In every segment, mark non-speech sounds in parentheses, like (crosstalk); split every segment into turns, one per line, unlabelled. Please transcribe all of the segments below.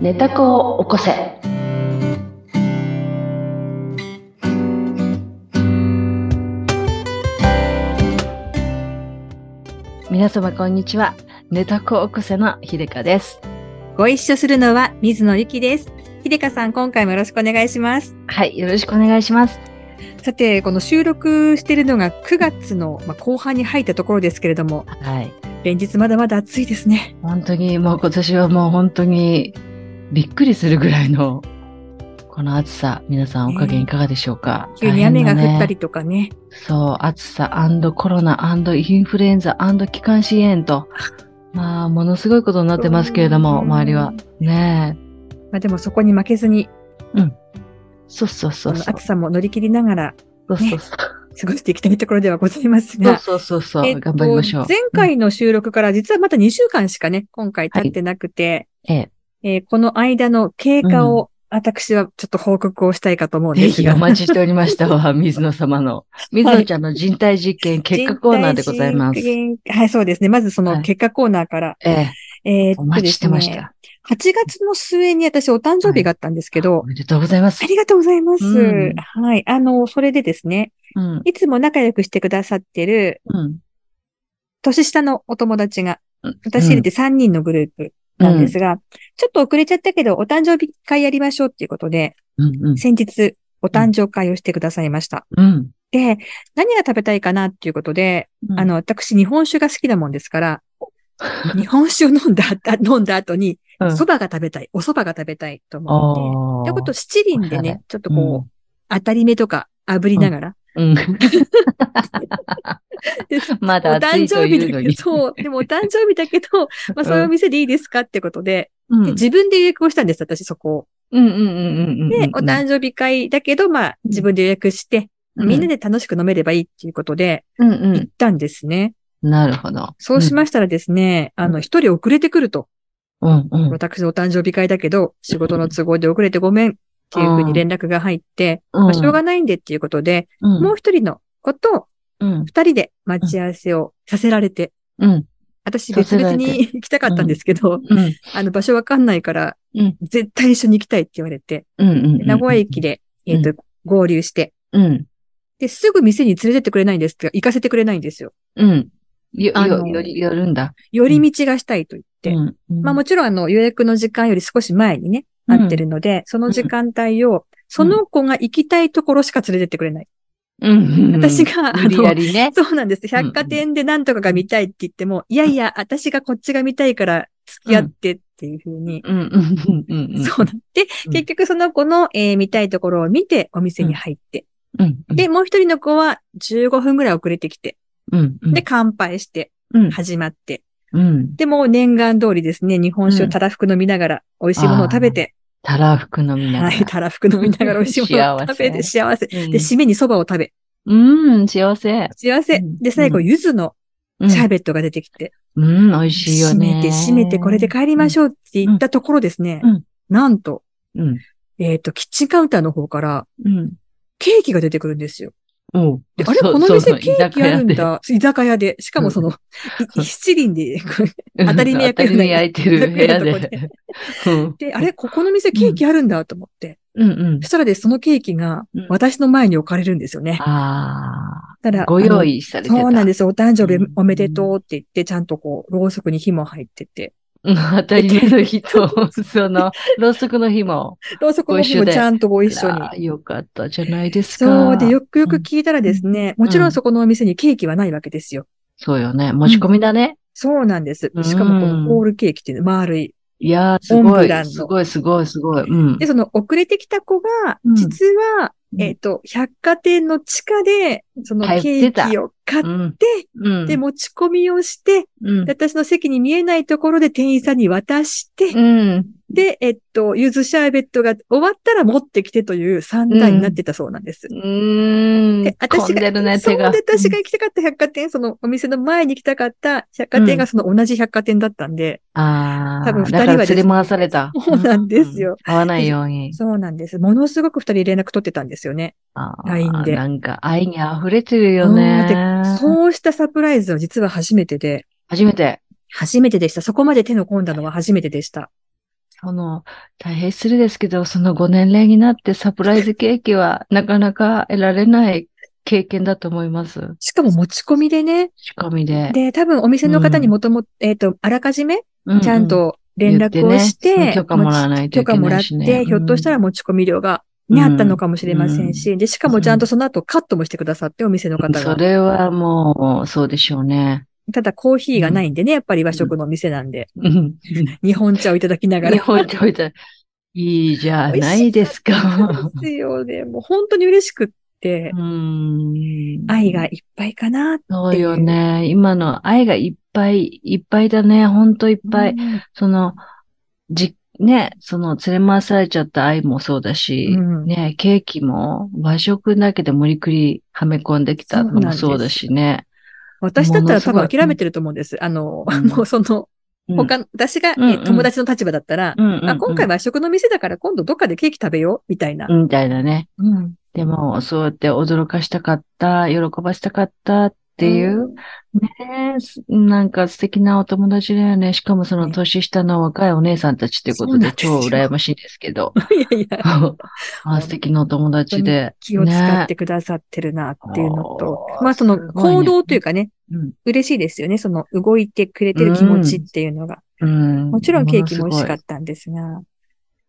寝た子を起こせ。皆様こんにちは。寝た子を起こせのひでかです。
ご一緒するのは水野ゆきです。ひでかさん、今回もよろしくお願いします。
はい、よろしくお願いします。
さて、この収録しているのが9月の、まあ、後半に入ったところですけれども、
はい。
連日まだまだ暑いですね。
本当にもう今年はもう本当にびっくりするぐらいのこの暑さ。皆さんお加減いかがでしょうか、
急に雨が降ったりとかね。
そう、暑さコロナインフルエンザ気管支炎
(laughs)
と、まあ、ものすごいことになってますけれども、
うん
周りは。ねえ。
まあ、でもそこに負けずに、
そうそうそ
あ
う
の
そう。
暑さも乗り切りながら
そうそうそ
過ごしていきたいところではございます
う。そう
が。
そうそうそう、
えっと
頑張りましょう。
前回の収録から実はまだ2週間しかね、今回経ってなくて、
ええ、
えーこの間の経過を私はちょっと報告をしたいかと思うん
ぜ
です
ひ
が。
お待ちしておりました
(laughs)
わ、水野様の。水野ちゃんの人体実験結果コーナーでございます。え
人体実験はい、そうですね。まずそ
はい
の結果コーナーから。
え、
えーっと
お待ちしてまし
ですね
た。
8月の末に私お誕生日があったんですけど、
おめでとうございます
あ。りがとうございます、
うん
はい。あの、それでですね、
うん。
いつも仲良くしてくださってる、
うん。
年下のお友達が、私入れて3人のグループなんですが、ちょっと遅れちゃったけど、お誕生日会やりましょうっていうことで、
うん。うん。
先日、お誕生会をしてくださいました。
うん。
で、何が食べたいかなっていうことで、
うん
あ、の、私、日本酒が好きなもんです
(laughs)
から、日本酒を飲んだ後、飲んだ後に、
うん
蕎麦が食べたい、お蕎麦が食べたいと思って、
ああ。
ということを七輪で
おしゃ
ね
れ、
ちょっとこう、当たり目とか炙りながら、 (laughs)
うん。うん。
で
ま
お
だ暑
誕
いと
生日
いうの
だけ
に。
ど、そう、でもお誕生日だ
(laughs)
けど、まあそういうお店でいいですかってことで、
うん
で自分で予約をしたんです、私そこを。
うんうんうんうんうん。
で、お誕生日会だけど、まあ自分で予約して、みんな
で、
で楽しく飲めればいいっていうことで、
うん
行ったんですね。
うん。なるほど。
そうしましたらですね、あ
う
の、
ん
一人遅れてくると。
うんうん。
私のお誕生日会だけど、仕事の都合で遅れてごめんっていうふうに連絡が入って、まあ、しょうがないんでっていうことで、
うん、
もう一人の子と
うん、
二人で待ち合わせをさせられて、
うん、
私別
させ
々
ら
に行きたかったんですけど、
うん、
あの場所わかんないから、
うん
絶対一緒に行きたいって言われて、
うん、うん。
名古屋駅で、えっ、と、合流して、
うん、
で、すぐ店に連れてってくれないんですって、行かせてくれないんですよ。
うん。よ、
あ
よ、
の
より、よるんだ。
寄り道がしたいと言って、
うん、うん
まあもちろんあの予約の時間より少し前にね、合ってるので、その時間帯を、その子が行きたいところしか連れてってくれない。
うん、うん
私、が、あ
無理や
の、
りね。
そうなんです。百貨店で何とかが見たいって言っても、いやいや、私がこっちが見たいから付き合ってっていうふうに、
うん、うん、うん、うん。
そうなんで、
うん
結局その子の、えー見たいところを見てお店に入って、
うん、うん、
で、もう一人の子は15分ぐらい遅れてきて、
うん、うん
で、、乾杯して
うん、
始まって、
うん。
で、もう念願通りですね、日本酒をたらふく飲みながら美味しいものを食べて、
たらふく飲みなが
はい、
ら。
(laughs) たらふく飲みながら美味しいものを食べて幸せ。
うん
で、締めに蕎麦を食べ、
うん、幸せ。
幸せ。
うん
で、最後、柚子の
うん
シャーベットが出てきて、
うん、美味しいよ
締
ね。
めて、締めて、これで帰りましょうって言ったところですね。
うんうん
なんと、
うん、
えっ、と、キッチンカウンターの方から、
うん。
ケーキが出てくるんですよ。
おう
であれ
そう
この店
そう
ケーキあるん
居酒屋
だ。居酒屋で。しかもその、い七輪で、 (laughs) こう
で
当たり目焼
当た
け
り
るぐら
目
い
焼いてる部屋
食べ (laughs)
で。うん
で、あれここの店ケーキあるんだと思って。
うんうん
そ。したらで、そのケーキが
うん
私の前に置かれるんですよね。
あ
た
あ。
だ
ご
あの
用意されてた。
そうなんですよ。お誕生
う
日
ん
おめでとうって言って、ちゃんとこう、ろうそくに火も入ってて、
うん当たり前の日
(laughs)
と、その、ろうそくの日も。
ろうそくの火
ご一緒
も
で
ちゃんとご一緒に
あ。らよかったじゃないですか。
そうで、よくよく聞いたらですね、もちろんそこのお店にケーキはないわけですよ。
そうよね。持ち込みだね。
そうなんです
うん。
しかもこのホールケーキっていうの丸い。
いやー、すご
モンブラン
い。
の
すごい、すごい、すごい。うん
で、。その遅れてきた子が
うん、
実は、えっと、百貨店の地下で、その
買
ケ
ってた
ーキを買っ
うん。
て、
うん。
で、持ち込みをして、
うん
で。私の席に見えないところで店員さんに渡して、
うん。
で、えっと、ゆずシャーベットが終わったら持ってきてという3段になってたそうなんです。
うーん。
で
混んでるね、
そ
手
うで
が。
私が行きたかった百貨店、そのお店の前に行きたかった百貨店がその同じ百貨店だったんで、
ああ。
多分二人
だから
はです
連れ回された。
そうなんですよ
うん。合わないように。
そうなんです。ものすごく二人連絡取ってたんですよね。
あー
LINE で
なんか愛に溢れてるよね。
うんでそうしたサプライズは実は初めてで、
初めて。
初めてでした。そこまで手の込んだのは初めてでした。
その、大変失礼ですけど、そのご年齢になってサプライズケーキ
(laughs)
はなかなか得られない経験だと思います。
しかも持ち込みでね。
仕込みで。
で、多分お店の方にもとも、えっ、と、あらかじめ、
うう
ちゃんと連絡をし
言
て、
ってね許可もらわないといけないしね
許可もらって、ひょっとしたら持ち込み量が、ね、
うん
あったのかもしれませんし、で、しかもちゃんとその後カットもしてくださって、お店の方
そ
が。
れはもう、そうでしょうね。
ただコーヒーがないんでね、やっぱり和食のお店なんで、
うん
日本茶をいただきなが
(laughs) 日
ら。
本でおいたら、いいじゃないですか (laughs)
で。すよね。もう本当に嬉しくって、
うん
愛がいっぱいかな。
そうよね。今の愛がいっぱいいっぱいだね。ほんといっぱい。
うん
その、じ、ね、その連れ回されちゃった愛もそうだし、
うん
ね、ケーキも和食だけで無理くりはめ込んできたのもそうだしね。
私だったら多
もの
分
すごい
諦めてると思うんです。あの、
うん
もうその、
うん
他、私が、え
うんうん
友達の立場だったら、
うんうんうん
あ、今回和食の店だから今度どっかでケーキ食べよう、みたいな。
みたいなね。
うん。っ
でも、そうやって驚かしたかった、喜ばしたかったって (laughs) いう、。ねすなんか素敵なお友達だよね。しかもその
ね
年下の若いお姉さんたちということで
そう
超
なんですよ
羨ましいですけど。
いやいや、
あ素敵なお友達で。
気を使って
ね
くださってるなっていうのと、
おー
まあその
すごいね
行動というかね、
うん
嬉しいですよね。その動いてくれてる気持ちっていうのが。
うん
もちろんケーキも美味しか
っ
ったんですが。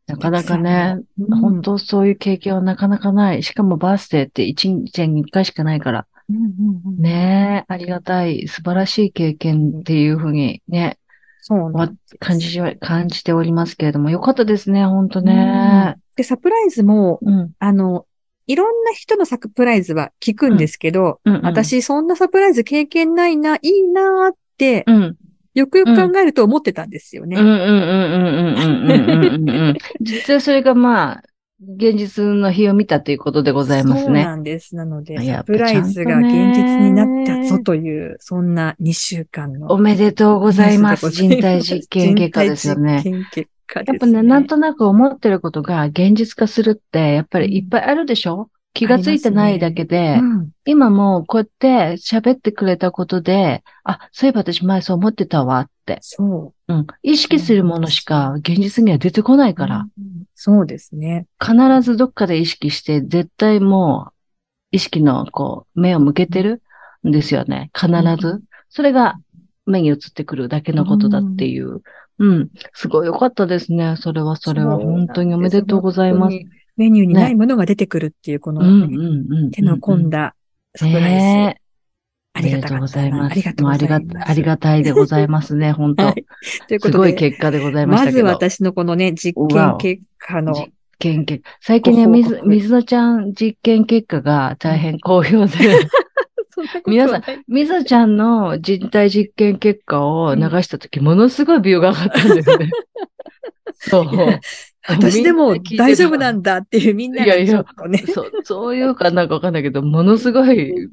た。なかなかね、
うん、
本当そういう経験はなかなかない。しかもバースデーって一日に一回しかないから。
うんうんうん
ねえ、ありがたい、素晴らしい経験っていうふうにね、
そうなんです
感じは、感じておりますけれども、よかったですね、本当
うん
ね。
で、サプライズも、
うん。
あの、いろんな人のサプライズは聞くんですけど、
うんうん
私そんなサプライズ経験ないな、いいなーって、
うん。
よくよく考えると思ってたんですよね。
うんうんうんうんうんうんうんうんうん。実はそれがまあ、現実の日を見たということでございます
そう
ね。
なんです。なので、
や
サ
っぱ
プ
ち
ラ
ゃんとね
イズが現実になったぞという、そんな2週間
お
の。
めでとうございます。
ニュースで
人
ござ
体
います
実験結果ですよね。
人体実験結果です、
やっぱね、なんとなく思ってることが現実化するって、やっぱりいっぱいあるでしょ、気がついてないだけで、
うん
今もうこうやって喋ってくれたことで、あ、そういえば私前そう思ってたわって。
そう。
うん。意識するものしか現実には出てこないから、
うんそうですね。
必ずどっかで意識して、絶対もう意識のこう、目を向けてるんですよね。必
う
ず。それが目に映ってくるだけのことだっていう。うん。すごい良かったですね。それはそれは。
そうなん
本
です
当におめでとうございます。。
本当にメニューにないものが出てくるっていう、この、
うんうんうんうん。
手の込ん
だ
だサプライズ。あ
ありが
り
と
がた
う
か
ご
った
ざい
な
ま
あり
す
が。とう
もう
ご
あ
ざ
り
いま
が
す。
ありがたいでございますね、本当
はい。というこ
す
と
ごい
で、
結果でございまし
ま
たけ
ず
ど。
私のこのね、実
わお
験結果の、
実験結果。最近ね、
ご報
水
告、
水野ちゃん実験結果が大変好評で、
そんなこと
皆さん
はない
水野ちゃんの人体実験結果を流したとき、ものすごいビューが上がったんだよね。そう。
私でも大丈夫なんんだっていうみんなが
いやい
ちょ
や
っとね、
そう、そういうかなんかわかんないけど、ものすごい、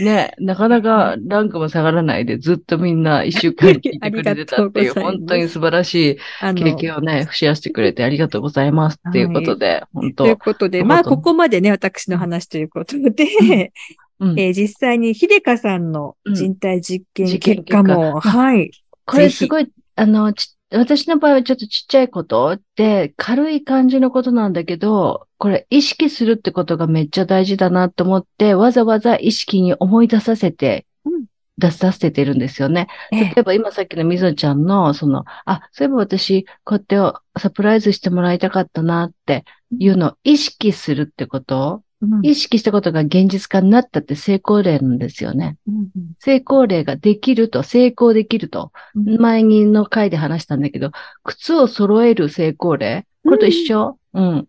ね、なかなかランクも下がらないで、ずっとみんな一週間聞いてくれてたっていう、
(laughs) ありがとうございます
本当に素晴らし
あ
い
の
経、験をね、シェアしてくれてありがとうございますっていうことで、本
という
当。
ことで、
どうぞ
まあ、ここまでね、私の話ということで、
うん
えー実際に、秀香さんの人体実験結
実
果も、
験結果
はい。
これすごい、あの、ち私の場合はちょっとちっちゃいことで、軽い感じのことなんだけど、これ意識するってことがめっちゃ大事だなと思って、わざわざ意識に思い出させて、
うん
出させてるんですよね。
え
例
え
えば今さっきのみぞちゃんの、その、あ、そういえば私、こうやってサプライズしてもらいたかったなっていうのを意識するってこと、
うん
意識したことが現実化になったって成功例なんですよね。
うん
成功例ができると、成功できると。
うん
前にの回で話したんだけど、靴を揃える成功例これと一緒、うん、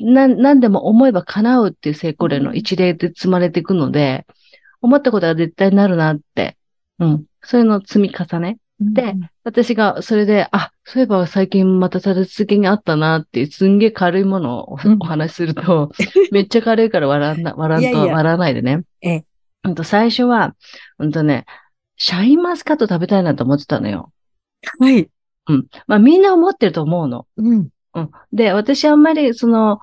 なん。何でも思えば叶うっていう成功例の一例で積まれていくので、思ったことは絶対なるなって。うん。そういうのを積み重ね。で私がそれで、あ、そういえば最近また立て続けにあったなっていう、すんげえ軽いものをお,、
うん
話しする
(laughs)
と、めっちゃ軽いから笑んな、笑んと
いやいや
笑わないでね。
ええ
うんと最初は、うんとね、シャインマスカット食べたいなと思ってたのよ。
はい。
うん。まあみんな思ってると思うの。
うん。
うん。で、私あんまりその、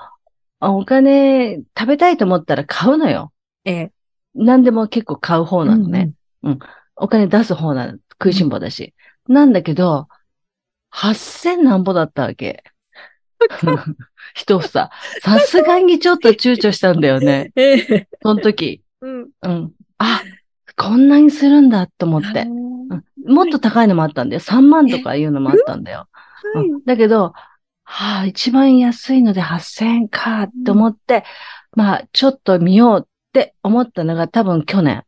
あお金食べたいと思ったら買うのよ。
ええ。
何でも結構買う方なのね。
うんうん
お金出す方なの。食いしん坊だし。なんだけど、 8000なんぼだったわけ。一房。さすがにちょっと躊躇したんだよね。
ええ。
その時。
うん。
うん。あ、こんなにするんだと思って。うんもっと高いのもあったんだよ。3万とかいうのもあったんだよ。
は
うんだけど、はあ、一番安いので8000円かって思って、まあ、ちょっと見ようって思ったのが多分去年、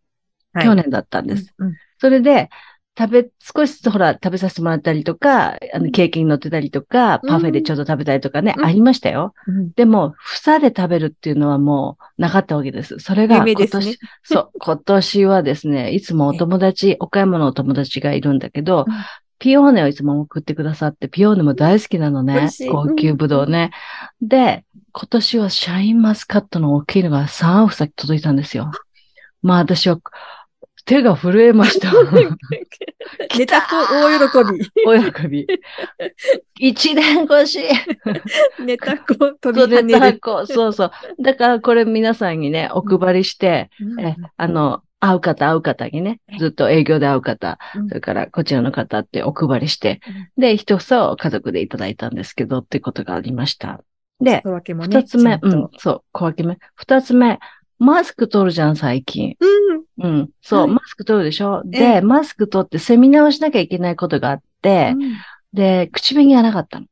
い。
去年だったんです。
うん。
それで、食べ、少しずつほら、食べさせてもらったりとか、あの、ケーキに乗ってたりとか、
うん
パフェでちょっと食べたりとかね、
うん
ありましたよ。
うん。
でも、房で食べるっていうのはもうなかったわけです。それが
夢
今
です
年、
ね。 (laughs)
そう、今年はですね、いつもお友達、岡山のお友達がいるんだけど
うん、
ピオーネをいつも送ってくださって、ピオーネも大好きなの
美
ね
味しい、
高級ぶどうね。で、今年はシャインマスカットの大きいのが3房届いたんです
(laughs)
よ。まあ私は手が震えま
(laughs)
した。
ネタと
(laughs)
大喜
お喜び。一年越し
び。ネタこ飛び
そう
跳
で
ね
た
る。
こそうそう。だからこれ皆さんにね、お配りして、え、あの、会う方、会う方にね、ずっと営業で会う方、
うん
それからこちらの方ってお配りして、で、一房を家族でいただいたんですけど、ってことがありました。で、
小分けもね
二つ目、
ちゃ
うんん
と、
そう、小分け目。二つ目、マスク取るじゃん、最近。
うん。
うん、そう、
はい
マスク取るでしょ
ええ
で、マスク取ってセミナーをしなきゃいけないことがあって、で、口紅がなかったの。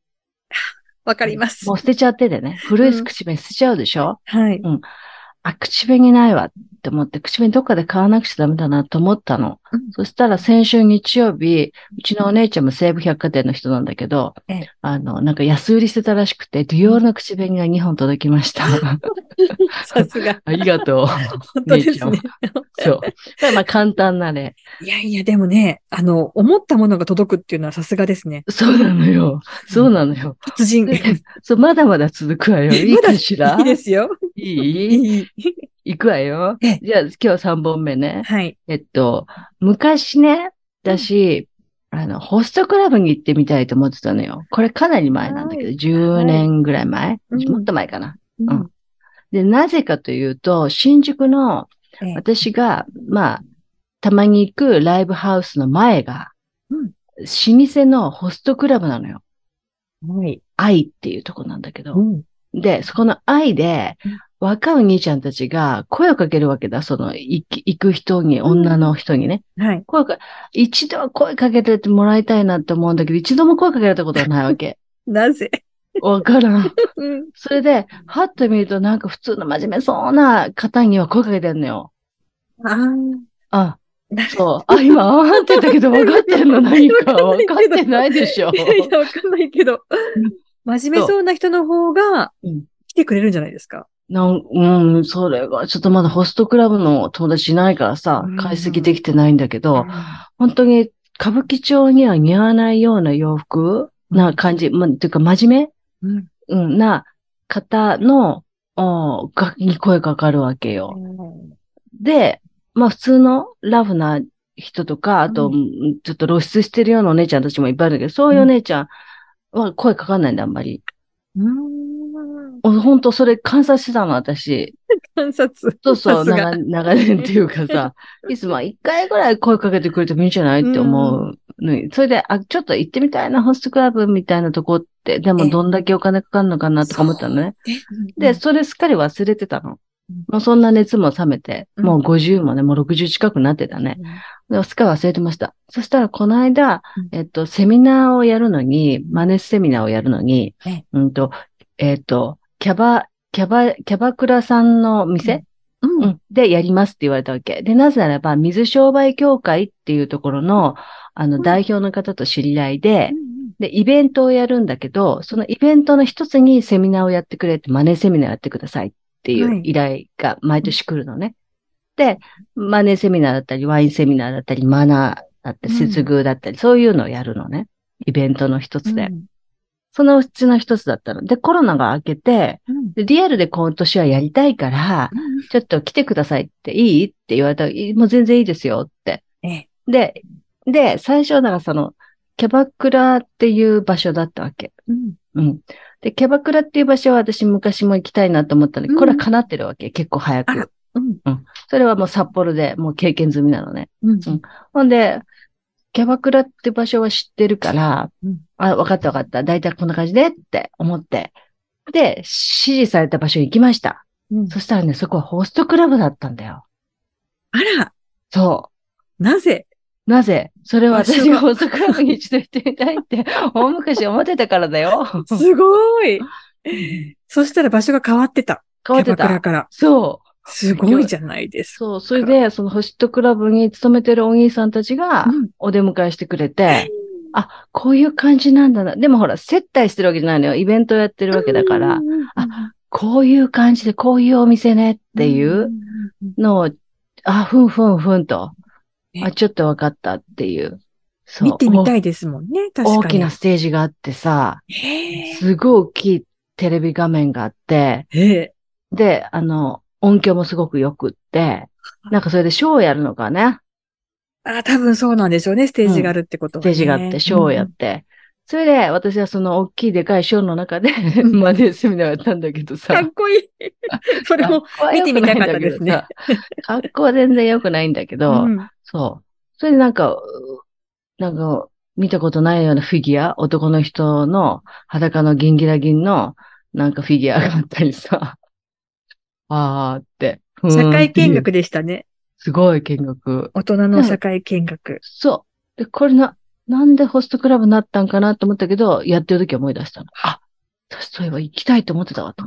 わかります
も。う捨てちゃってでね、古
う
い
ん
口紅捨てちゃうでしょ、 (laughs)
はい。
あ、口紅ないわって思って、口紅どっかで買わなくちゃダメだなと思ったの。
うん
そしたら先週日曜日、うちのお姉ちゃんも西武百貨店の人なんだけど、
ええ
あの、なんか安売りしてたらしくて、デュオールの口紅が2本届きました。
(laughs) さすが。
ありがとう。
本当です
姉
ね。
(laughs) そう。まあ簡単なね。
いやいや、でもね、あの、思ったものが届くっていうのはさすがですね。
そうなのよ。そうなのよ。
達 (laughs) 人。
でそう、まだまだ続くわよ。いいかしら
いいですよ。
いい
いい。
いくわよ。
ええ
じゃあ今日3本目ね。
はい。
えっと、昔ね、私、あの、ホストクラブに行ってみたいと思ってたのよ。これかなり前なんだけど、10年ぐらい前、
うん
もっと前かな。
うん
で、なぜかというと、新宿の
ええ
私が、まあ、たまに行くライブハウスの前が、
うん
老舗のホストクラブなのよ。
はい。
愛っていうとこなんだけ
う
ど。
ん。
で、そこの愛で
うん、
若いお兄ちゃんたちが声をかけるわけだ。その、行き行く人に、女の人にね。
はい。
声か、一度は声かけてもらいたいなって思うんだけど、一度も声かけられたことはないわ
(laughs)
け。
なぜ
わからん。
うん。
それで、はっと見るとなんか普通の真面目そうな方には声かけてんのよ。
ああ。
あ、
なる (laughs)
そう。あ、今、あーって言ったけど分かってんの何か
わか
分
んないけ
か
ど
ってないでしょ。
いやいや、わかんないけど。真面目そうな人の方が
うん
来てくれるんじゃないですか。
なんうん、それが、ちょっとまだホストクラブの友達いないからさ
うん、
解析できてないんだけど、
あ
本当に歌舞伎町には似合わないような洋服な感じ、ま、ていうか真面目
うん。
うん、な方の、おが、に声かかるわけよ。で、まあ普通のラフな人とか、あと、
う
うんちょっと露出してるようなお姉ちゃんたちもいっぱいあるんだけど、そういうお姉ちゃんは声かかんないんだ、あんまり。
うん。
本当それ観察してたの、私。
観察。
そうそう、
(laughs) さすが
長長年っていうかさ、いつも一回ぐらい声かけてくれてもいいんじゃないって思うのに。それで、あ、ちょっと行ってみたいな、ホストクラブみたいなとこって、で
ええ
もどんだけお金かかるのかなとか思ったのね。で、それすっかり忘れてたの
うん。
もうそんな熱も冷めて、
うん
もう50もね、もう60近くなってたね。で、すっかり忘れてました。そしたら、この間
うん、
えっと、セミナーをやるのに、マネスセミナーをやるのに
ええ、
うんと、えっと、キャバ、キャバ、キャバクラさんの店、
うん。
うん、でやりますって言われたわけ。で、なぜならば、水商売協会っていうところの、あ
う
の、
ん
代表の方と知り合いで、
うん
で、イベントをやるんだけど、そのイベントの一つにセミナーをやってくれって、マネーセミナーやってくださいってい
は
う
い
依頼が毎年来るのね。で、マネーセミナーだったり、ワインセミナーだったり、マナーだったり、
うん
接遇だったり、そういうのをやるのね。イベントの一つで。
うん
そのうちの一つだったの。で、コロナが明けて、
うん
でリアルで今年はやりたいから、ちょっと来てくださいっていいって言われたら、いいもう全然いいですよって。
ええ。
で、で、最初なんかその、キャバクラっていう場所だったわけ。
うん
うん。で、キャバクラっていう場所は私昔も行きたいなと思ったので、
うん
これは叶ってるわけ、結構早
あら
く。
うん
それはもう札幌でもう経験済みなのね。
うん
うんほんで、キャバクラって場所は知ってるから、
うん
あ、わかったわかった。だいたいこんな感じでって思って。で、指示された場所に行きました。
うん
そしたらね、そこはホストクラブだったんだよ。
あら、
そ
なぜ
う。なぜそれは
場
私
所
が
が
ホストクラブに一度行ってみたいって、大昔思ってたからだよ。
すごい。 (laughs) そしたら場所が変わってた。
変わって
キャバクラ
た。
から。
そう。
すごいじゃないですか。
そう。それで、そのホストクラブに勤めてるお兄さんたちが
うん
お出迎えしてくれて、あ、こういう感じなんだな。でもほら、接待してるわけじゃないのよ。イベントをやってるわけだから。
うんうんうん、
あこういう感じで、こういうお店ねってい
ん
うん
うん
のを、あ、ふんふんふんと、
ね
あ、ちょっとわかったっていう。そう。
見てみたいですもんね、確かに。
お大きなステージがあってさ、
へえ。
すごい大きいテレビ画面があって、
へえ。
で、あの、音響もすごく良くって、なんかそれでショーをやるのかね。
あ、多分そうなんでしょうね、ステージがあるってこ
ス
とは
テ
ね、
ージがあって、ショーをやっ
うん
て。それで、私はその大きいでかいショーの中で、マネーセミナーをやったんだけどさ。
かっ
(laughs)
こいい。それも、見てみたかったですね
格好は全然良くないんだけど、
うん
そう。それでなんか、うなんか、見たことないようなフィギュア、男の人の裸のギンギラギンの、なんかフィギュアがあったりさ。あーって。ふーん
社会見。学でしたね。
すごい見学。
大人の社会見学。
そう。で、これな、なんでホストクラブになったんかなと思ったけど、やってる時思い出したの。あ、私そういえば行きたいと思ってたわと。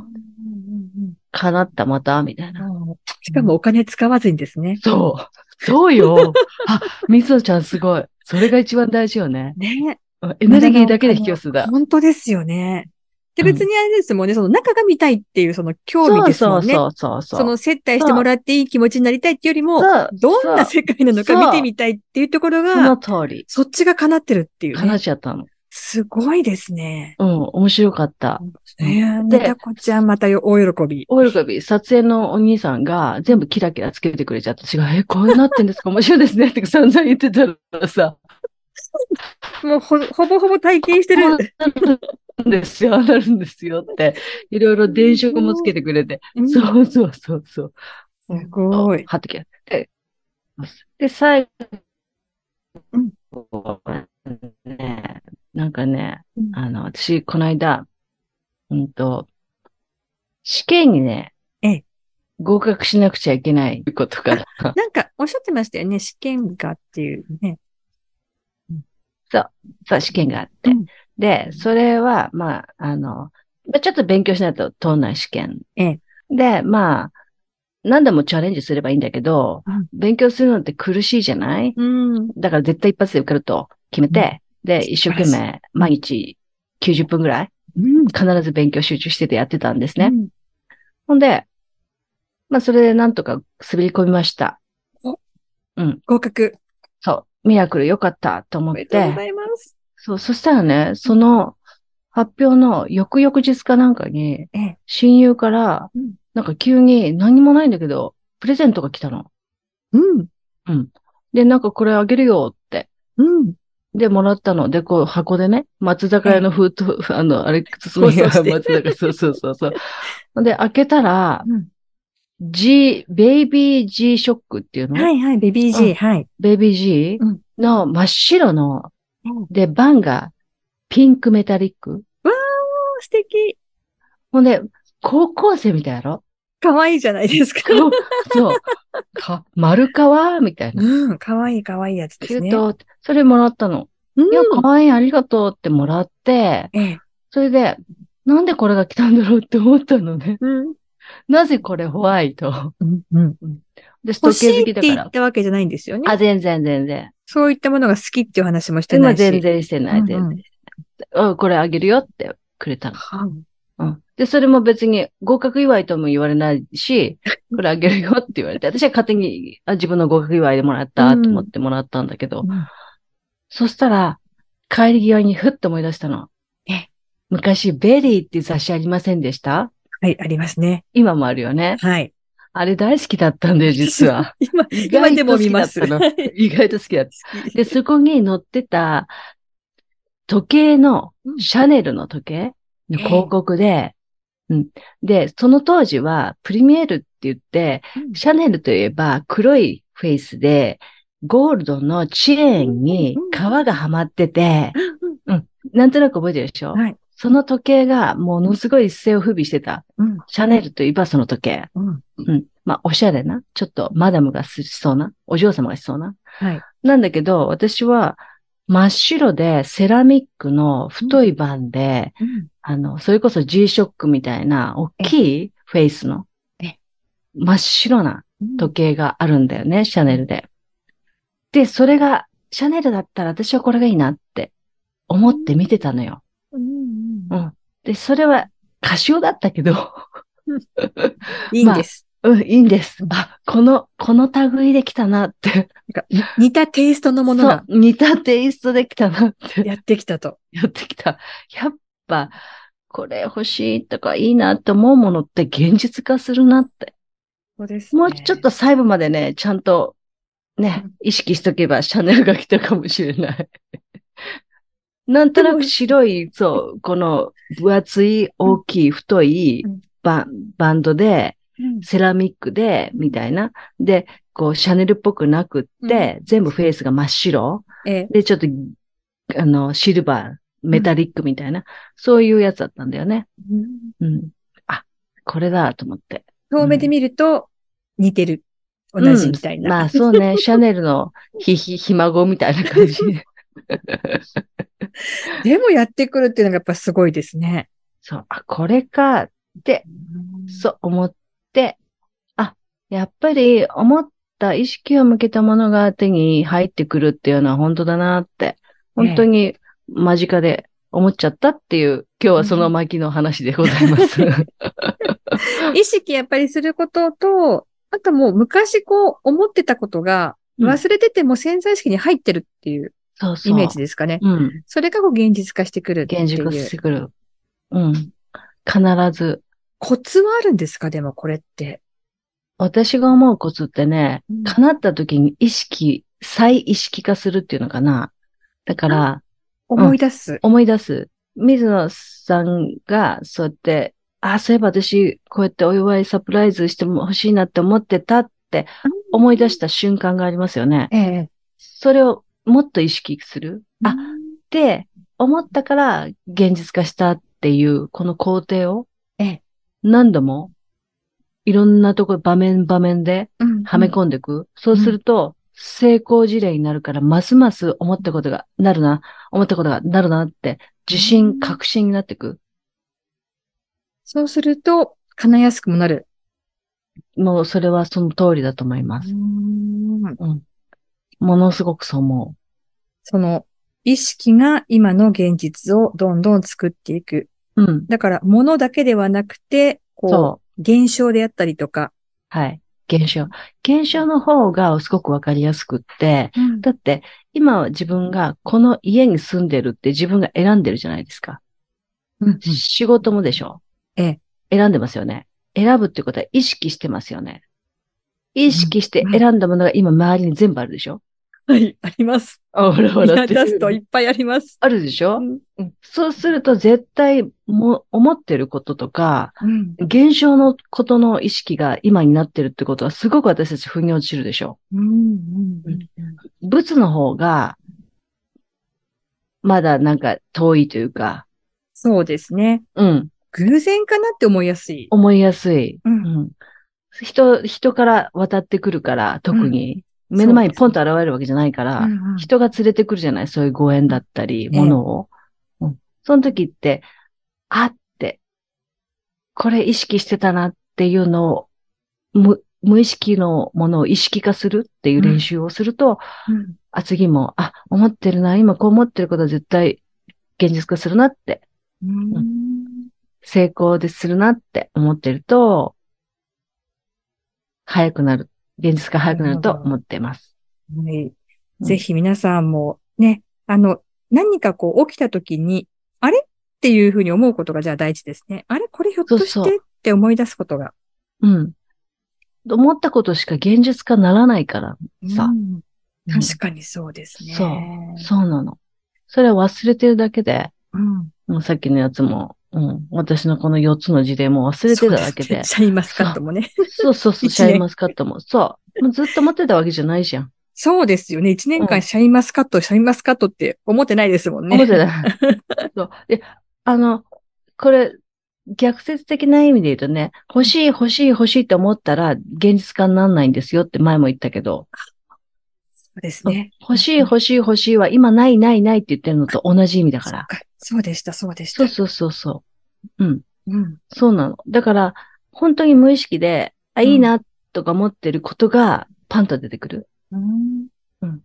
叶ったまた、みたいな。
しかもお金使わずにですね。
そう。そうよ。あ、みずちゃんすごい。それが一番大事よね。
ね。
うんエネルギーだけで引き寄せだ。
本当ですよね。で、
うん
別にあれですもんね、その中が見たいっていうその興味
そう
です
そ
も
うん
ね。
そうそうそう。
その接待してもらっていい気持ちになりたいっていうよりも、
そう
どんな世界なのか
そう
見てみたいっていうところ
その
が、
通り。
そっちが叶ってるっていう
叶っ
ね。
ちゃったの。
すごいですね。
うん、面白かった。うん
ねえ、
で
またこちゃんまたよ大喜び。
大喜び、撮影のお兄さんが全部キラキラつけてくれちゃった。私が、え、こうなってんですか面白いですねって散々言ってたらさ、
もうほほぼほぼ体験して
こう
る。
なるんですよ、なるんですよって、いろいろ電飾もつけてくれて、
うんす
そうそうそうそう。
ごい。
はっときゃで、で、最
うん
後、ね、なんかね
うん、
あの、私、この間、うんと、試験にね
ええ、
合格しなくちゃいけないことから、
なんか、おっしゃってましたよね。試験がっていうね。
そう試験があって
うん。
で、それは、まあ、あの、まあちょっと勉強しないと通んない試験
ええ。
で、まあ、何でもチャレンジすればいいんだけど
うん、
勉強するのって苦しいじゃない
うん。
だから絶対一発で受かると決めて、で、一生懸
素晴
命毎日90分ぐらい
うん。
必ず勉強集中しててやってたんですね。
ね。
ほんで、まあそれでなんとか滑り込みました。
合格。
そう、ミラクル良かったと思
お
っ
めでとうご
て
ざ、います。
そう、そしたらね、その発表の翌々日かなんかに
ええ、
親友から
うん、
なんか急に何もないんだけど、プレゼントが来たの。
うん。
で、なんかこれあげるよって。
うん。
で、もらったの。で、こう、箱でね、松坂屋の封筒、 (laughs) あの、あれ、包
包
みが
装し
松
て
坂、そうそうそうそう。ほんで、開けたら、
うん
G、ベイビー G ショックっていうの、
はいはい、ベビー
う
G。はい。
ベイビー G
うん
の真っ白の、
うん
で、バンがピンクメタリック。
わー、素敵。
ほんで、高校生みたいやろ
かわいいじゃないですか。
こうそう。か、丸革みたいな。
うん。かわいいかわいいやつで
キ
す
ュ
ね。
ートって。それもらったの。
う
いや、
ん。
かわいい、ありがとうってもらって、
ええ。
それで、なんでこれが来たんだろうって思ったのね。 (laughs)
うん。
なぜこれホワイト
うん。うん。
で、スト
欲
ッ
し
ケ
い
好きだか
って言
ら
っ。たわけじゃないんですよね。
あ、全然全然。
そういったものが好きっていう話もしてな
今
いし。
全然してない、全然。うん、これあげるよってくれたの。
然。
うん。で、それも別に合格祝いとも言われないし、これあげるよって言われて、私は勝手にあ自分の合格祝いでもらったと思ってもらったんだけど、そしたら、帰り際にふっと思い出したの。
え
昔、ベリーって雑誌ありませんでした
はい、ありますね。
今もあるよね。
はい。
あれ大好きだったんだよ、実は。
今、
意
今
外
で
と
も
好き
見
だ
ま
っ
す。
たの。 (laughs) 意外と好きだった。で、そこに載ってた時計の
う、ん
シャネルの時計の広告で、うん。で、その当時はプリミエールって言って、
うん
シャネルといえば黒いフェイスで、ゴールドのチェーンに革がはまってて、なんとなく覚えてるでしょ
はい。
その時計がものすごい一世を不備してた。
うん。
シャネルといえばその時計。
うん。
うん。まあ、おしゃれな、ちょっとマダムがしそうな、お嬢様がしそうな。
はい。
なんだけど、私は真っ白でセラミックの太い版で、
うん。
あの、それこそ G-SHOCK みたいな大きいフェイスの
え、
真っ白な時計があるんだよね、シャネルで。で、それが、シャネルだったら私はこれがいいなって思って見てたのよ。
うん
うんで、それは、カシオだったけど、
いいんです。
うん、いいんです
う。ん
あ、この、この類できたなって。
なんか似たテイストのものが
そう、似たテイストできたなって
やってきたと。
やってきた。やっぱ、これ欲しいとかいいなって思うものって現実化するなって。
そうですね
もうちょっと細部までね、ちゃんとね
うん、
意識しとけばシャネルが来たかもしれ
(laughs)
ない。なんとなく白い、そう、この分厚い、大きい、太い
うん
ババンドで、
うん
セラミックで、みたいな。で、こう、シャネルっぽくなくって、全部フェイスが真っ白。
ええ
で、ちょっと、あの、シルバー、メタリックみたいな、そういうやつだったんだよね。うん。あ、これだと思って。
遠目で見ると似てる。同じみたい
ま
な。
あそうね、シャネルのひひ、ひ孫みたいな感じ。
(laughs) でもやってくるっていうのがやっぱすごいですね。
そう、あ、これかって、そう思って、あ、やっぱり思った意識を向けたものが手に入ってくるっていうのは本当だなって、本当に間近で思っちゃったっていう、今日はその巻の話でございます。 (laughs)
(laughs) 意識やっぱりすることと、あともう昔こう思ってたことが
うん
忘れてても潜在意識に入ってるっていう
そうそう。
イメージですかね。
うん。
それがこう現実化してくるっていう。
現実化してくる。うん。必ず。
コツはあるんですかでもこれって。
私が思うコツってね
うん、
叶った時に意識、再意識化するっていうのかな。だから、
思い出す。
思い出す。水野さんが、そうやって、あ、そういえば私、こうやってお祝いサプライズしても欲しいなって思ってたって思い出した瞬間がありますよね。
ええ。
それをもっと意識する。あ
う、
って思ったから現実化したっていう、この工程を
ええ、
何度も、いろんなとこ、場面場面で
ん、
はめ込んでいく。そうすると、成功事例になるから、ますます思ったことがなるな、思ったことがなるなって、自
うん
信、確信になっていく。
そうすると、叶いやすくもなる。
もう、それはその通りだと思います。ものすごくそう思
その、意識が今の現実をどんどん作っていく。
う。うん。
だから、物だけではなくて、こ
そう。
う、現象であったりとか。
はい。現象。現象の方がすごくわかりやすくって、だって、今は自分がこの家に住んでるって自分が選んでるじゃないですか。
うん
仕事もでしょ
ええ
選んでますよね。選ぶってことは意識してますよね。意識して選んだものが今周りに全部あるでしょ
はい、あります。
あ、ほらほ
見
ら。
出すといっぱいあります。
あるでしょ、
うん
うんそうすると絶対も思ってることとか、現象のことの意識が今になってるってことはすごく私たち腑に落ちるでしょ仏の方が、まだなんか遠いというか、
そうですね。
うん、
偶然かなって思いやすい。
思いやすい。
う
うんん。人、人から渡ってくるから、特に。
うん
目の前に
そ
ポ
う
ンと現れるわけじゃないから、
うんうん
人が連れてくるじゃないそういうご縁だったり、
え
ものを。うん。その時って、あって、これ意識してたなっていうのを、無、無意識のものを意識化するっていう練習をすると、
うん
あ、次も、あ、思ってるな、今こう思ってることは絶対現実化するなって、成功でするなって思ってると、早くなる。現実化早くなると思ってます。
はいぜひ皆さんもね、あの、何かこう起きた時に、あれっていうふうに思うことがじゃあ大事ですね。あれこれひょっとし
そうそ
てって思い出すことが。
うん。思ったことしか現実化ならないからさ。
うん
うん
確かにそうですね。
そう。そうなの。それは忘れてるだけで、
うん。
もうさっきのやつも、うん、私のこの4つの事例も忘れてただけ
そうすね
で。
シャインマスカットもね。
そうそうそう、
(laughs) 一
シャ
年
インマスカットも。そう。もうずっと持ってたわけじゃないじゃん。
そうですよね。1年
う
間
ん
シャインマスカット、シャインマスカットって思ってないですもんね。
思ってた。そう。で、あの、これ、逆説的な意味で言うとね、欲しい欲しい欲しいと思ったら現実化にならないんですよって前も言ったけど、
そうですね。
欲しい欲しい欲しいは今ないないないって言ってるのと同じ意味だから。
そっかそうでした、そうでし
そ
た
う。そうそうそう。うん。
うん。
そうなの。だから、本当に無意識で、あ、
うん
いいなとか思ってることがパンと出てくる。
うん
うん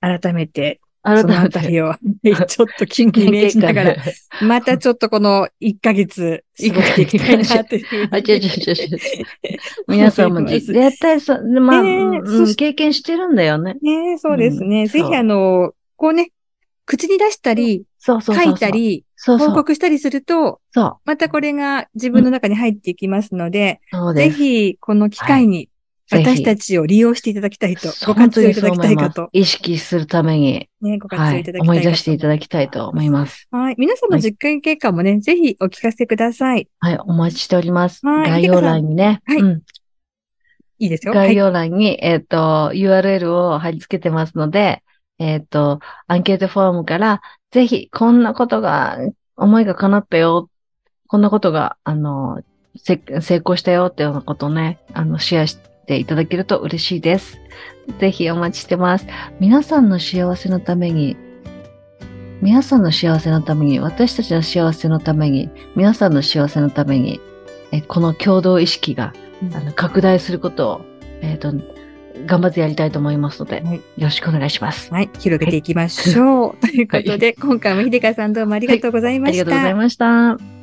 改めて、
改
その
め
あた
て。
りを、
(laughs)
ちょっと近畿イメージながら、またちょっとこの1ヶ月過ごしていきたいなっていう。
あ、違う違う違う違
(laughs)
う。皆さんも
思い
じ
ます
絶対そ、まあ、
ねえ
うん
そし
経験してるんだよね。
ねえそうですね。
うん
ぜ
そう
ひあの、こうね、口に出したり、
そうそうそうそ
書
う。
いたり、
そうそう
報告したりすると、
そう。
またこれが自分の中に入っていきますので、
そう
ぜ
です。
ひこの機会に
はいぜひ
私たちを利用していただきたいと、
そう
ご活用いただきたい
本当にそ
か。
う思
と
ま、す意識するために、
ね、ご活
は
用
い
いただきたいかと。
思い出していただきたいと思います。
はい。皆さんの実験結果もね、ぜひお聞かせください。
はい、お待ちしております。
はい
概要欄にね、
はい
うん、
いいですよ。は
概
い。
要欄に、えっ、と、URL を貼り付けてますので、えっ、と、アンケートフォームから、ぜひ、こんなことが、思いが叶ったよ、こんなことが、あの、せ成功したよってようなことをね、あの、シェアしていただけると嬉しいです。ぜひお待ちしてます。皆さんの幸せのために、皆さんの幸せのために、私たちの幸せのために、皆さんの幸せのために、えこの共同意識が
うん
あの拡大することを、えっ、と、頑張ってやりたいと思いますので、
はい
よろしくお願いします。
はい。広げていきましょう。ということで、今回も秀香さんどうもありがとうござい
あ
ま
り
し
がとうご
た
ざい。ました。